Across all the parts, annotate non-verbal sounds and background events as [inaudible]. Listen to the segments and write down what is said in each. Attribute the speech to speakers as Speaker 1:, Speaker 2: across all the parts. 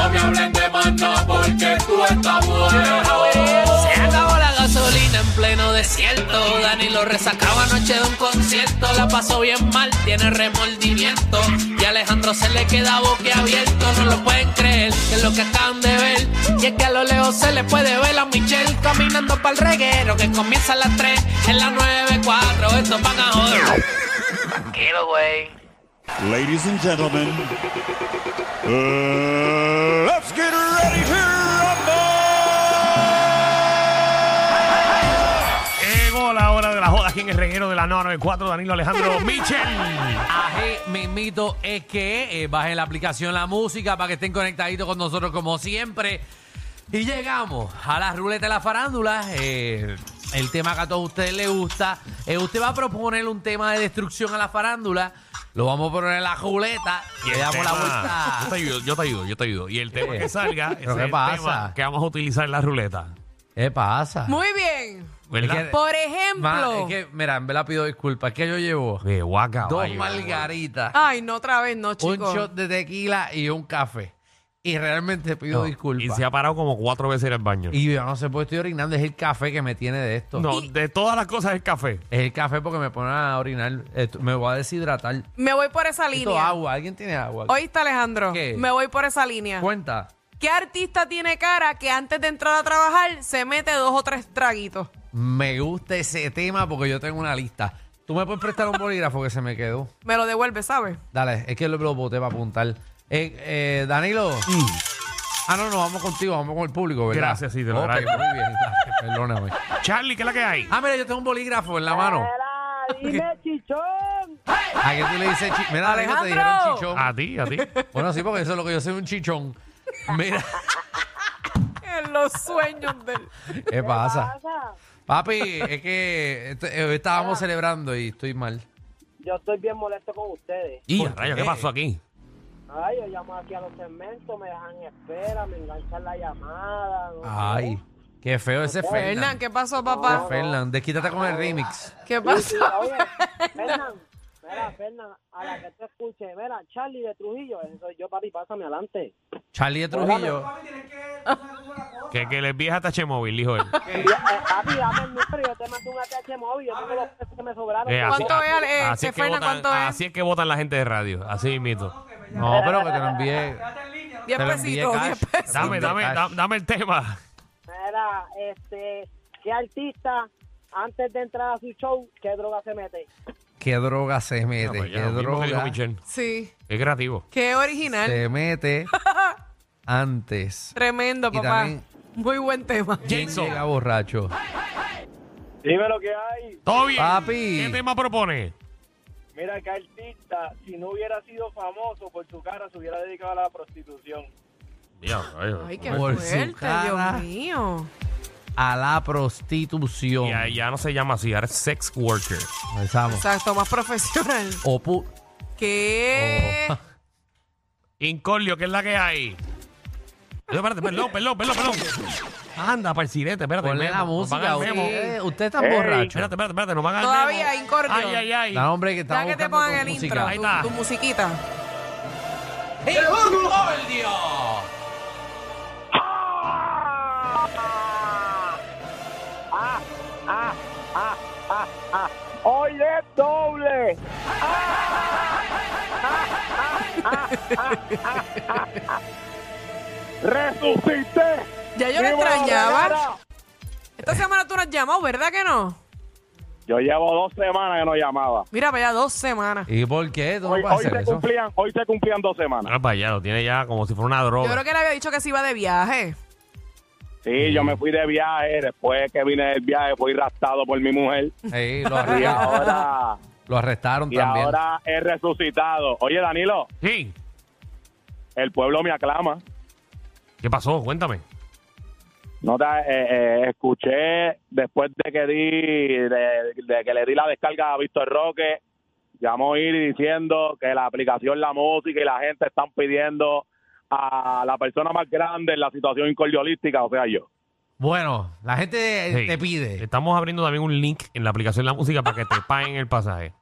Speaker 1: hablen de más nada porque tú estás muerto.
Speaker 2: Se acabó la gasolina en pleno desierto. Dani lo resacaba anoche de un concierto. La pasó bien mal, tiene remordimiento. Y a Alejandro se le queda boquiabierto. No lo pueden creer, que es lo que acaban de ver. Y es que a lo lejos se le puede ver a Michelle caminando para el reguero que comienza a las 3 en las 9.4. Estos van a joder. Tranquilo, güey.
Speaker 3: Ladies and gentlemen, uh, let's get ready to rumble.
Speaker 4: Llegó la hora de la joda aquí en el reguero de la 994, Danilo Alejandro [laughs] Michel.
Speaker 5: Aje, mismito es que eh, baje la aplicación La Música para que estén conectaditos con nosotros como siempre. Y llegamos a la ruleta de la farándula. eh, el tema que a todos ustedes les gusta. Eh, usted va a proponer un tema de destrucción a la farándula. Lo vamos a poner en la ruleta y le damos la
Speaker 4: tema.
Speaker 5: vuelta.
Speaker 6: Yo te ayudo, yo te ayudo, yo te ayudo. Y el tema
Speaker 4: Que
Speaker 6: que
Speaker 4: salga, ese es
Speaker 5: ¿Pero qué
Speaker 4: el
Speaker 5: pasa?
Speaker 4: tema que vamos a utilizar en la ruleta.
Speaker 5: ¿Qué pasa?
Speaker 7: Muy bien.
Speaker 5: Es
Speaker 6: ¿Verdad?
Speaker 5: que-
Speaker 7: Por
Speaker 5: Ma,
Speaker 7: ejemplo.
Speaker 5: es que, mira, en verdad pido disculpas. Es que yo llevo
Speaker 4: De guaca,
Speaker 5: dos
Speaker 4: vaya.
Speaker 5: margaritas,
Speaker 7: Ay, no, otra vez no,
Speaker 5: un
Speaker 7: chicos.
Speaker 5: shot de tequila y un café. Y realmente pido
Speaker 4: No,
Speaker 5: disculpas.
Speaker 4: Y se ha parado como cuatro veces en el baño.
Speaker 5: Y yo no sé por qué estoy orinando, es el café que me tiene de esto.
Speaker 4: no, de todas las cosas es café.
Speaker 5: Es el café porque me pone a orinar, esto- me voy a deshidratar.
Speaker 7: Me voy por esa
Speaker 5: Necesito
Speaker 7: línea.
Speaker 5: agua, ¿alguien tiene agua?
Speaker 7: Oíste, Alejandro.
Speaker 5: ¿Qué?
Speaker 7: Me voy por esa línea.
Speaker 5: Cuenta.
Speaker 7: ¿Qué artista tiene cara que antes de entrar a trabajar se mete dos o tres traguitos?
Speaker 5: Me gusta ese tema porque yo tengo una lista. ¿Tú me puedes prestar un bolígrafo que se me quedó?
Speaker 7: Me lo devuelve, ¿sabes?
Speaker 5: Dale, es que lo, lo boté para apuntar. Eh, eh, Danilo. Ah, no, no, vamos contigo, vamos con el público, ¿verdad?
Speaker 4: Mm. Gracias, sí, te lo
Speaker 5: Ok,
Speaker 4: agradezco.
Speaker 5: Muy bien, [laughs] perdóname.
Speaker 4: Charlie, ¿qué es la que hay?
Speaker 5: Ah, mira, yo tengo un bolígrafo en la mano.
Speaker 8: Dime chichón.
Speaker 5: ¿A qué tú le dices chichón? Mira, Danilo, te dijeron
Speaker 7: Alejandro.
Speaker 5: chichón.
Speaker 4: A ti, a ti.
Speaker 5: Bueno, sí, porque eso es lo que yo soy, un chichón.
Speaker 7: [laughs]
Speaker 5: Mira,
Speaker 7: En los sueños del.
Speaker 5: [laughs] ¿qué pasa? Papi, es que est- eh, estábamos
Speaker 7: Ah.
Speaker 5: celebrando y estoy mal.
Speaker 8: Yo estoy bien molesto con ustedes.
Speaker 4: Y,
Speaker 5: ¿Por
Speaker 4: rayo,
Speaker 5: qué?
Speaker 4: ¿qué pasó aquí?
Speaker 8: Ay, yo llamo aquí a los segmentos, me dejan en espera, me enganchan la llamada. no sé.
Speaker 5: Ay, qué feo ese
Speaker 7: Fernán,
Speaker 5: Fernan.
Speaker 7: ¿qué pasó,
Speaker 5: Ese
Speaker 7: papá?
Speaker 5: Fernan, desquítate con el remix.
Speaker 7: ¿Qué
Speaker 8: Sí,
Speaker 7: pasó?
Speaker 8: oye, Fernan, mira, Fernan, a la que te escuche, mira, Charlie de Trujillo, eso soy yo, papi, pásame adelante.
Speaker 5: Charlie de Trujillo.
Speaker 4: Que, que le envíes a Tache Móvil,
Speaker 5: [laughs]
Speaker 4: dijo él.
Speaker 8: Eh, papi, dame el número, yo te mando un ATH móvil, yo tengo los pesos que me sobraron.
Speaker 4: Eh,
Speaker 7: ¿Cuánto
Speaker 4: así-
Speaker 7: es, Ale- eh,
Speaker 4: así es que
Speaker 7: Fernan,
Speaker 4: votan-
Speaker 7: cuánto es?
Speaker 4: Así es que votan la gente de radio. Así mito.
Speaker 5: No, pero que te lo envíe. [laughs] te
Speaker 7: Diez
Speaker 5: lo envíe
Speaker 7: pesitos,
Speaker 5: cash.
Speaker 7: diez pesitos.
Speaker 4: Dame, dame,
Speaker 5: Cash.
Speaker 4: dame, dame el tema.
Speaker 8: Mira, este, ¿qué artista antes de entrar a su show, qué droga se mete?
Speaker 5: ¿Qué droga se
Speaker 4: Ah,
Speaker 5: mete?
Speaker 4: pues
Speaker 5: ¿Qué
Speaker 4: ya, lo mismo que dijo
Speaker 5: droga
Speaker 4: Michelle.
Speaker 7: [laughs] Sí.
Speaker 4: Es creativo.
Speaker 7: Qué original.
Speaker 5: se
Speaker 7: [laughs]
Speaker 5: mete antes?
Speaker 7: Tremendo,
Speaker 5: Y
Speaker 7: papá.
Speaker 5: también-
Speaker 7: Muy buen tema.
Speaker 5: ¿Quién llega borracho?
Speaker 8: Dime lo que hay.
Speaker 4: Todo bien.
Speaker 5: Papi.
Speaker 4: ¿Qué tema propone?
Speaker 8: Mira, que artista, si no hubiera sido famoso por su cara, se hubiera dedicado a la prostitución.
Speaker 7: Ay, qué
Speaker 5: Por su
Speaker 7: fuerte,
Speaker 5: cara.
Speaker 7: Dios mío.
Speaker 5: A la prostitución.
Speaker 4: Ya, ya no se llama así, ahora es sex worker.
Speaker 5: Comenzamos.
Speaker 7: Exacto, más profesional.
Speaker 5: O pu-
Speaker 7: ¿Qué?
Speaker 5: Oh.
Speaker 4: Incordio, ¿qué es la que hay? No, espérate, perdón, perdón, perdón, perdón. Anda, para el sirete, espérate.
Speaker 5: Ponle
Speaker 4: memo,
Speaker 5: la
Speaker 4: nos van
Speaker 5: música.
Speaker 4: al memo.
Speaker 5: Usted, usted está
Speaker 8: Ey.
Speaker 5: borracho.
Speaker 4: Espérate, espérate, espérate, nos van a
Speaker 7: Todavía, Incordio.
Speaker 4: Ay, ay, ay.
Speaker 5: No, hombre, que
Speaker 7: Ya
Speaker 5: estamos
Speaker 7: que te
Speaker 5: buscando
Speaker 7: pongan
Speaker 5: tu
Speaker 7: el
Speaker 5: música.
Speaker 7: intro,
Speaker 4: Ahí
Speaker 7: tu-
Speaker 4: está.
Speaker 7: tu, musiquita.
Speaker 8: Hoy es doble. Resucité.
Speaker 7: Ya yo lo extrañaba. Esta semana tú no has llamado, ¿verdad que no?
Speaker 8: Yo llevo dos semanas que no llamaba.
Speaker 7: Mira, para allá dos semanas.
Speaker 5: ¿Y por qué? ¿Tú no
Speaker 8: Hoy,
Speaker 5: puedes
Speaker 8: hoy
Speaker 5: hacer
Speaker 8: se
Speaker 5: eso?
Speaker 8: cumplían, hoy se cumplían dos semanas.
Speaker 4: Ah, para allá, lo tiene ya como si fuera una
Speaker 7: Yo
Speaker 4: droga.
Speaker 7: creo que le había dicho que se iba de viaje.
Speaker 8: Sí, yo me fui de viaje. Después que vine del viaje, fui raptado por mi mujer.
Speaker 5: Sí, lo,
Speaker 7: [laughs]
Speaker 8: Y
Speaker 5: arrestaron,
Speaker 8: ahora,
Speaker 5: lo arrestaron
Speaker 8: y
Speaker 5: también.
Speaker 8: ahora he resucitado. Oye, Danilo,
Speaker 4: Sí.
Speaker 8: el pueblo me aclama.
Speaker 4: ¿Qué pasó? Cuéntame.
Speaker 8: No te, eh, eh, escuché después de que di, de, de que le di la descarga a Víctor Roque, llamó Iri diciendo que la aplicación La Música y la gente están pidiendo a la persona más grande en la situación incordiolística, o sea yo.
Speaker 5: Bueno, la gente eh,
Speaker 4: Sí.
Speaker 5: te pide.
Speaker 4: Estamos abriendo también un link en la aplicación de la música para que te paguen el pasaje.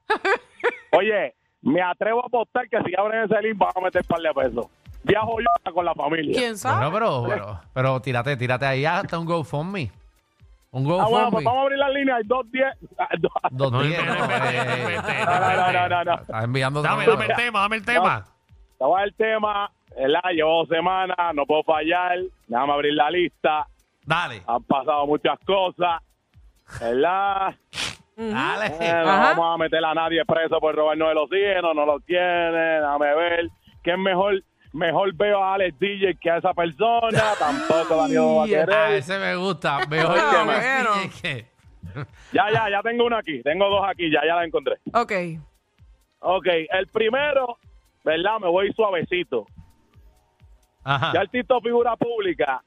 Speaker 8: Oye, me atrevo a apostar que si abren ese link van a meter par de pesos. Ya joyosa con la familia.
Speaker 7: ¿Quién sabe?
Speaker 5: Bueno, pero, pero, pero tírate, tírate ahí hasta un GoFundMe. Un
Speaker 8: Ah, bueno,
Speaker 5: GoFundMe.
Speaker 8: pues vamos a abrir la línea. Hay dos diez. [laughs]
Speaker 5: Dos
Speaker 4: No,
Speaker 5: días,
Speaker 4: no, no,
Speaker 5: ¿no?
Speaker 4: espérate,
Speaker 5: Eh,
Speaker 4: espérate,
Speaker 8: No, no, no, no, no.
Speaker 5: Estás enviando otra
Speaker 4: Dame,
Speaker 5: cosa.
Speaker 4: dame el tema, dame el tema.
Speaker 8: Estaba el tema, ¿verdad? Llevo dos semanas, no puedo fallar. Déjame abrir la lista.
Speaker 5: Dale,
Speaker 8: Han pasado muchas cosas, ¿verdad? Eh,
Speaker 5: dale.
Speaker 8: no
Speaker 7: Ajá.
Speaker 8: vamos a meter a nadie preso por robarnos el oxígeno, no lo tienen, déjame ver. Que es mejor, mejor veo a Alex DJ que a esa persona, tampoco Daniel
Speaker 5: [laughs]
Speaker 8: lo va a
Speaker 5: Ah,
Speaker 8: querer.
Speaker 5: ese me gusta. Mejor
Speaker 7: Ah,
Speaker 5: que
Speaker 7: bueno.
Speaker 5: que-
Speaker 8: Ya, ya, ya tengo una aquí, tengo dos aquí, ya, ya la encontré.
Speaker 5: pues.
Speaker 7: Ok.
Speaker 8: Ok, el primero, ¿verdad? Me voy suavecito.
Speaker 5: Ajá.
Speaker 8: Ya el título figura pública,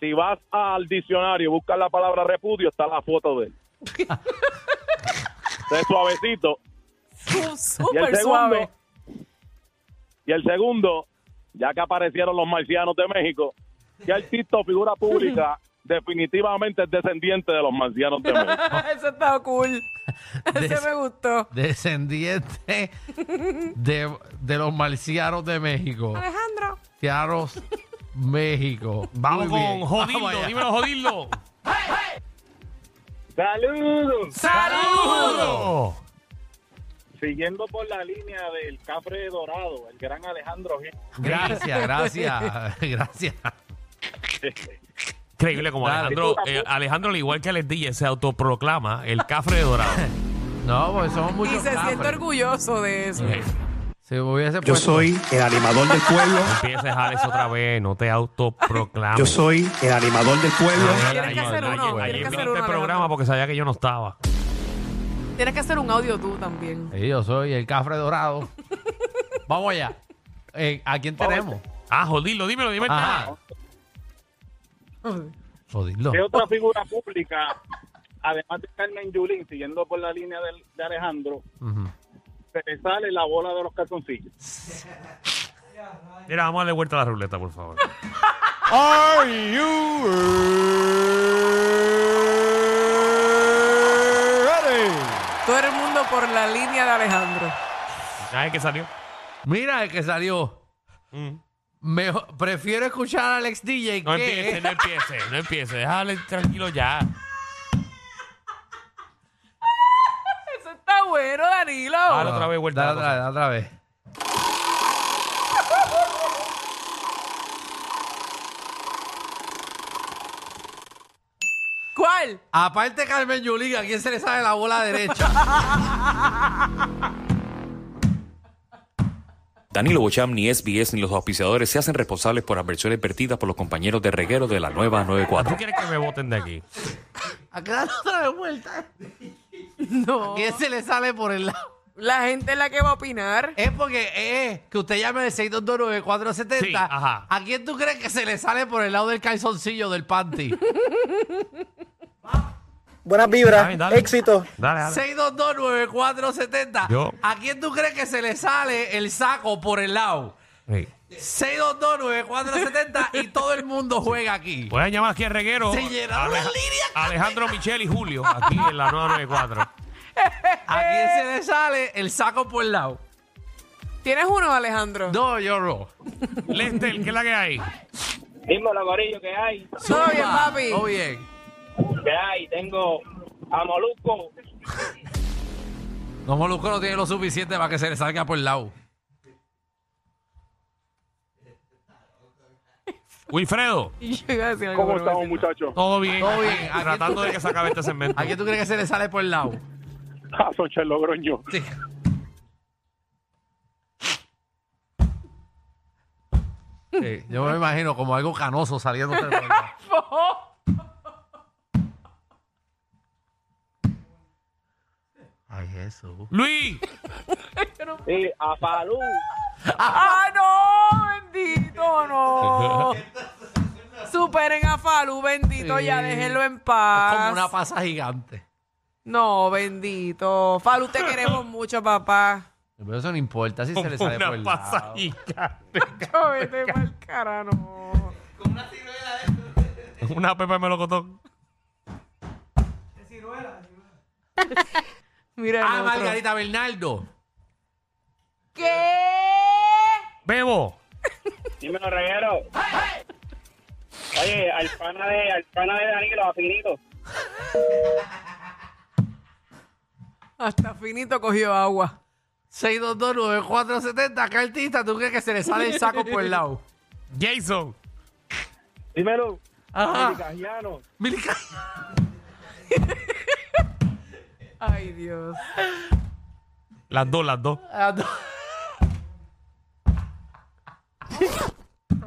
Speaker 8: si vas al diccionario y buscas la palabra repudio, está la foto de él. Entonces, suavecito.
Speaker 7: Su-
Speaker 8: Y
Speaker 7: [laughs]
Speaker 8: el
Speaker 7: Súper [laughs]
Speaker 8: segundo,
Speaker 7: suave.
Speaker 8: y el segundo, ya que aparecieron los marcianos de México, ya el Tito, figura
Speaker 7: [laughs]
Speaker 8: pública, definitivamente es descendiente de los marcianos de México.
Speaker 7: Ese estaba cool. Ese me gustó.
Speaker 5: Descendiente de, de los marcianos de México.
Speaker 7: Alejandro.
Speaker 5: Marcianos México.
Speaker 4: Vamos
Speaker 5: Muy bien.
Speaker 4: con Jodildo,
Speaker 5: Vamos allá.
Speaker 4: dímelo Jodildo.
Speaker 8: Saludos.
Speaker 4: Oh,
Speaker 8: Siguiendo por la línea del Cafre Dorado, el gran Alejandro Gil.
Speaker 5: Gracias, gracias, [laughs] gracias.
Speaker 4: Increíble como
Speaker 5: Dale.
Speaker 4: Alejandro, eh, Alejandro, al igual que Alex DJ, se autoproclama el cafre de dorado.
Speaker 5: No, pues somos muchos.
Speaker 7: Y se
Speaker 5: cafres.
Speaker 7: siente orgulloso de eso.
Speaker 4: Eh,
Speaker 5: Si hubiese
Speaker 9: Yo
Speaker 5: puesto-
Speaker 9: soy el animador del pueblo.
Speaker 4: Empieces, Alex, otra vez, no te autoproclames.
Speaker 9: Yo soy el animador del pueblo.
Speaker 7: Tienes que hacer uno, tienes que hacer
Speaker 4: el
Speaker 7: uno,
Speaker 4: este programa
Speaker 7: Alejandro.
Speaker 4: porque sabía que yo no estaba.
Speaker 7: Tienes que hacer un audio tú también.
Speaker 5: Sí, yo soy el cafre dorado. Vamos allá. Eh, ¿A quién tenemos?
Speaker 4: Ah, Jodildo, dímelo, dime el tema.
Speaker 5: Ajá. Jodidlo.
Speaker 10: ¿Qué otra figura pública, además de Carmen Yulín, siguiendo por la línea del- de, Alejandro, se le sale la bola de los calzoncillos?
Speaker 4: Mira, vamos a darle vuelta a la ruleta, por favor.
Speaker 3: Are you ready?
Speaker 7: Todo el mundo por la línea de Alejandro.
Speaker 4: ¿Sabes qué salió?
Speaker 5: Mira el que salió. Mejor- prefiero escuchar a Alex DJ
Speaker 4: Mm. No
Speaker 5: que este.
Speaker 4: empiece, no empiece, no empiece. Déjale tranquilo ya.
Speaker 7: Eso está bueno, Danilo.
Speaker 5: Ah.
Speaker 4: Dale otra vez vuelta. a
Speaker 5: Dale
Speaker 4: la
Speaker 5: otra vez, dale otra vez.
Speaker 7: ¿Cuál?
Speaker 5: Aparte Carmen Yulín, ¿a quién se le sale la bola derecha?
Speaker 11: Danilo Bocham, ni SBS, ni los auspiciadores se hacen responsables por adversiones vertidas por los compañeros de reguero de la nueva
Speaker 4: cosa. ¿Tú
Speaker 11: 94.
Speaker 4: quieres que me voten de aquí?
Speaker 5: ¿A qué darle otra vez vuelta?
Speaker 7: No.
Speaker 5: ¿Quién se le sale por el lado?
Speaker 7: La gente es la que va a opinar.
Speaker 5: Es porque es que usted llame al 629-470.
Speaker 4: Sí, ajá.
Speaker 5: ¿A quién tú crees que se le sale por el lado del calzoncillo del panty?
Speaker 9: Buenas
Speaker 4: Dale,
Speaker 9: vibras,
Speaker 4: dale.
Speaker 9: éxito.
Speaker 4: Dale, dale.
Speaker 5: 6229470.
Speaker 4: Yo.
Speaker 5: ¿A quién tú crees que se le sale el saco por el lado?
Speaker 4: Sí.
Speaker 5: 6229470 y todo el mundo juega aquí.
Speaker 4: Pueden llamar aquí a Reguero.
Speaker 5: Se llenaron
Speaker 4: Aleja-
Speaker 5: las líneas.
Speaker 4: Alejandro, Michel y Julio, aquí en la 994.
Speaker 5: ¿A quién se le sale el saco por el lado?
Speaker 7: ¿Tienes uno, Alejandro?
Speaker 5: No, yo no.
Speaker 4: Lester, ¿qué es la que hay?
Speaker 10: Dímelo, amarillo que hay,
Speaker 7: Todo bien, papi.
Speaker 5: Todo bien.
Speaker 10: que hay, tengo a Molusco.
Speaker 5: No, Molusco no tiene lo suficiente para que se le salga por el lado.
Speaker 4: Wilfredo,
Speaker 7: Yo iba a decir algo,
Speaker 8: ¿Cómo
Speaker 7: pero voy
Speaker 8: estamos,
Speaker 7: a decir-
Speaker 8: muchachos? [laughs]
Speaker 4: todo bien.
Speaker 5: Todo bien. ¿A quién
Speaker 4: Tratando
Speaker 5: tú
Speaker 4: de
Speaker 5: crees?
Speaker 4: que se acabe este segmento.
Speaker 5: ¿A quién tú crees que se le sale por el lado?
Speaker 8: Ah, Sonche Logroño.
Speaker 5: Sí. Sí, yo me imagino como algo canoso saliendo. por el lado. Ay, Jesús.
Speaker 4: Luis,
Speaker 10: Sí, a Falú.
Speaker 7: ¡Ah, no! ¡Bendito, no!
Speaker 5: [laughs]
Speaker 7: Superen a Falú, bendito, ya
Speaker 5: Sí.
Speaker 7: déjenlo en
Speaker 5: Es como
Speaker 7: paz.
Speaker 5: una pasa gigante.
Speaker 7: No, bendito. Falú, te queremos mucho, papá.
Speaker 5: Pero eso no importa si se le
Speaker 4: como
Speaker 5: sale por
Speaker 4: una
Speaker 5: el
Speaker 4: pasa
Speaker 5: lado.
Speaker 4: gigante.
Speaker 7: Yo [laughs] vete pa'l cara, no.
Speaker 4: Una pepa de melocotón.
Speaker 7: Mira el
Speaker 5: Ah,
Speaker 7: otro.
Speaker 5: Margarita Bernardo.
Speaker 7: ¿Qué?
Speaker 4: Bebo.
Speaker 12: Dímelo, reguero. Oye, al pana de, al pana de Danilo, a Finito.
Speaker 7: Hasta finito cogió agua.
Speaker 5: 6229470, ¿qué artista tú crees que se le sale el saco por el lado?
Speaker 4: Jason.
Speaker 10: Dímelo.
Speaker 5: Ajá.
Speaker 10: Milicajiano.
Speaker 5: Milica-
Speaker 7: Ay, Dios.
Speaker 4: Las dos, las dos.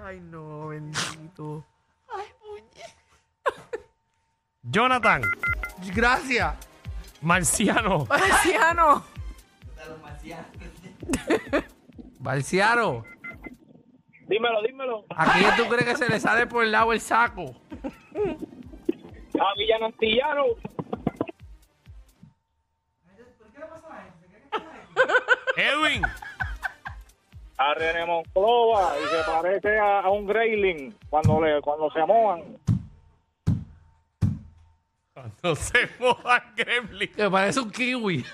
Speaker 7: Ay, no, bendito.
Speaker 4: Jonathan.
Speaker 5: Gracias.
Speaker 4: Marciano.
Speaker 7: Marciano.
Speaker 5: Marciano,
Speaker 10: Dímelo, dímelo.
Speaker 5: ¿a quién tú crees que se le sale por el lado el saco?
Speaker 10: A Villanantillano.
Speaker 4: Edwin. [laughs]
Speaker 10: A René Monclova. Y se parece a, a un Grayling cuando, le, cuando se amojan.
Speaker 4: Cuando se moja Gremlin.
Speaker 5: Que parece un kiwi.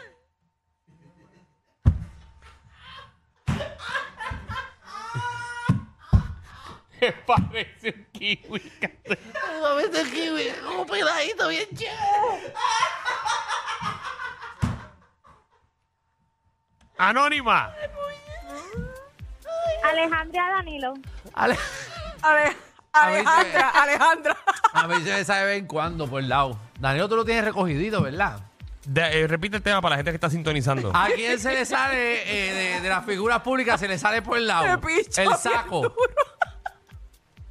Speaker 4: Que [laughs] parece un kiwi.
Speaker 5: el kiwi, como peladito, bien chévere.
Speaker 4: Anónima.
Speaker 13: Alejandra Danilo.
Speaker 7: Ale- Alejandra, Alejandra.
Speaker 5: A mí se me sale de vez en cuando por el lado. Danilo, tú lo tienes recogidito, ¿verdad?
Speaker 4: De- eh, repite el tema para la gente que está sintonizando.
Speaker 5: ¿A quién se le sale eh, de, de las figuras públicas? Se le sale por el lado. El saco.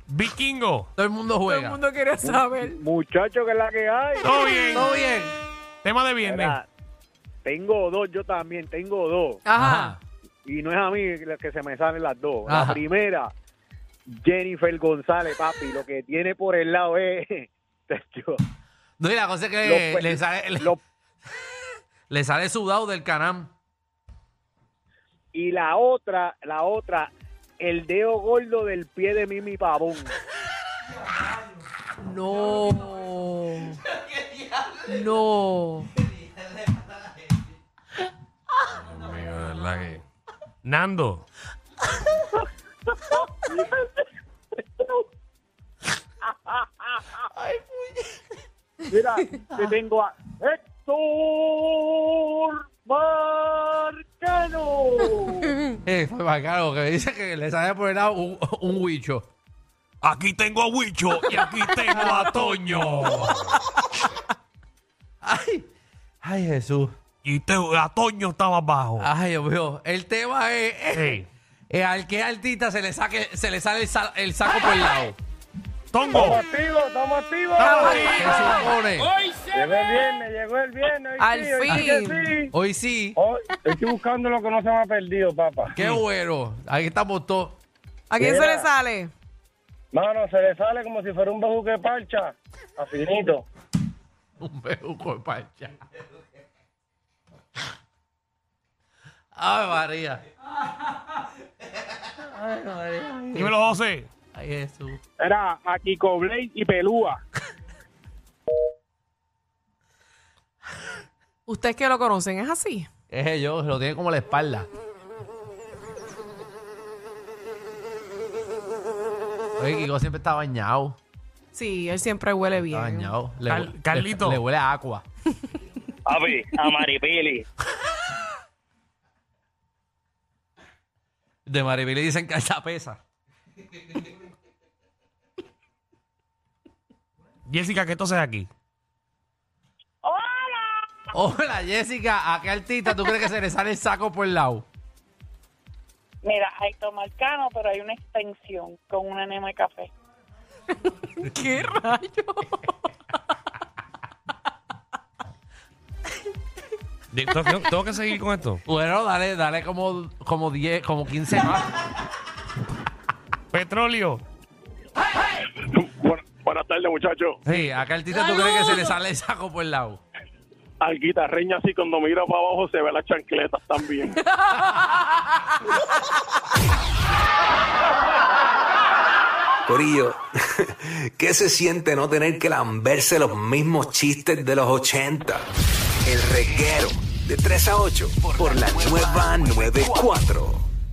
Speaker 4: Vikingo.
Speaker 5: Todo el mundo juega.
Speaker 7: Todo el mundo quiere saber.
Speaker 10: Muchacho, que es la que hay.
Speaker 4: Todo bien.
Speaker 5: Todo bien.
Speaker 4: Tema de viernes.
Speaker 10: Mira, tengo dos, yo también tengo dos.
Speaker 5: Ajá.
Speaker 10: Y no es a mí la que se me salen las dos.
Speaker 5: Ajá.
Speaker 10: La primera, Jennifer González, papi, lo que tiene por el lado es... [laughs] yo-
Speaker 5: No, y la cosa es que
Speaker 10: Los-
Speaker 5: le sale, le,
Speaker 10: los-
Speaker 5: le sale sudado del canam.
Speaker 10: y la otra, la otra, el dedo gordo del pie de Mimi Pavón.
Speaker 7: No. No.
Speaker 6: Mío, de verdad que-
Speaker 4: Nando.
Speaker 10: [laughs] Mira, te tengo a Héctor Marcano.
Speaker 5: Eh, fue bacano que dice que le sale por el lado un, un huicho.
Speaker 6: Aquí tengo a Huicho y aquí tengo a Toño.
Speaker 5: Ay, ay, Jesús.
Speaker 4: Y te, a Toño estaba abajo.
Speaker 5: Ay, Dios mío. El tema es,
Speaker 4: Ey.
Speaker 5: eh, al que artista se le, saque, se le sale el, sal- el saco por el lado.
Speaker 4: Tongo.
Speaker 10: activos, estamos activos.
Speaker 5: ¿Qué se pone?
Speaker 10: Llegó el viernes, llegó el viernes. hoy
Speaker 7: Al
Speaker 10: sí, hoy sí que sí.
Speaker 5: Hoy sí.
Speaker 10: Hoy estoy buscando lo que no se me ha perdido, papá.
Speaker 5: Qué bueno. Ahí estamos todos. [laughs]
Speaker 7: ¿A quién se
Speaker 10: Mira.
Speaker 7: le sale?
Speaker 10: Mano, se le sale como si fuera un bajuque parcha. A finito.
Speaker 5: Un bejuco de pancha. Ay, María. Ay, María.
Speaker 4: Dímelo, José.
Speaker 5: Ay, Jesús.
Speaker 10: Era a Kiko Blade y Pelúa.
Speaker 7: Ustedes que lo conocen, es así.
Speaker 5: Es ellos, lo tiene como la espalda. Oye, Kiko siempre está bañado.
Speaker 7: Sí, él siempre huele bien.
Speaker 5: Está bañado. Le,
Speaker 4: Car-
Speaker 5: hue-
Speaker 4: Carlito.
Speaker 5: Le, le huele a agua.
Speaker 12: Papi, a Maripili.
Speaker 5: De Maribel le dicen que esa pesa.
Speaker 4: Jessica, ¿qué entonces aquí?
Speaker 5: Hola, Jessica. ¿A qué artista tú crees que se le sale el saco por el lado?
Speaker 13: Mira, hay tomarcano, pero hay una extensión con una enema de café.
Speaker 7: ¿Qué rayo?
Speaker 4: De- ¿Tengo, tengo que seguir con esto.
Speaker 5: Bueno, dale, dale como, como 10, como 15 más.
Speaker 4: Petróleo.
Speaker 8: buenas tardes, muchachos.
Speaker 5: Sí, ¿a qué artista tú crees que se le sale el saco por el lado?
Speaker 8: Al guitarreño así cuando mira para abajo se ve las chancletas también.
Speaker 14: Corillo, [laughs] ¿qué se siente no tener que lamberse los mismos chistes de los 80? El reguero de 3 a 8 por la nueva 94.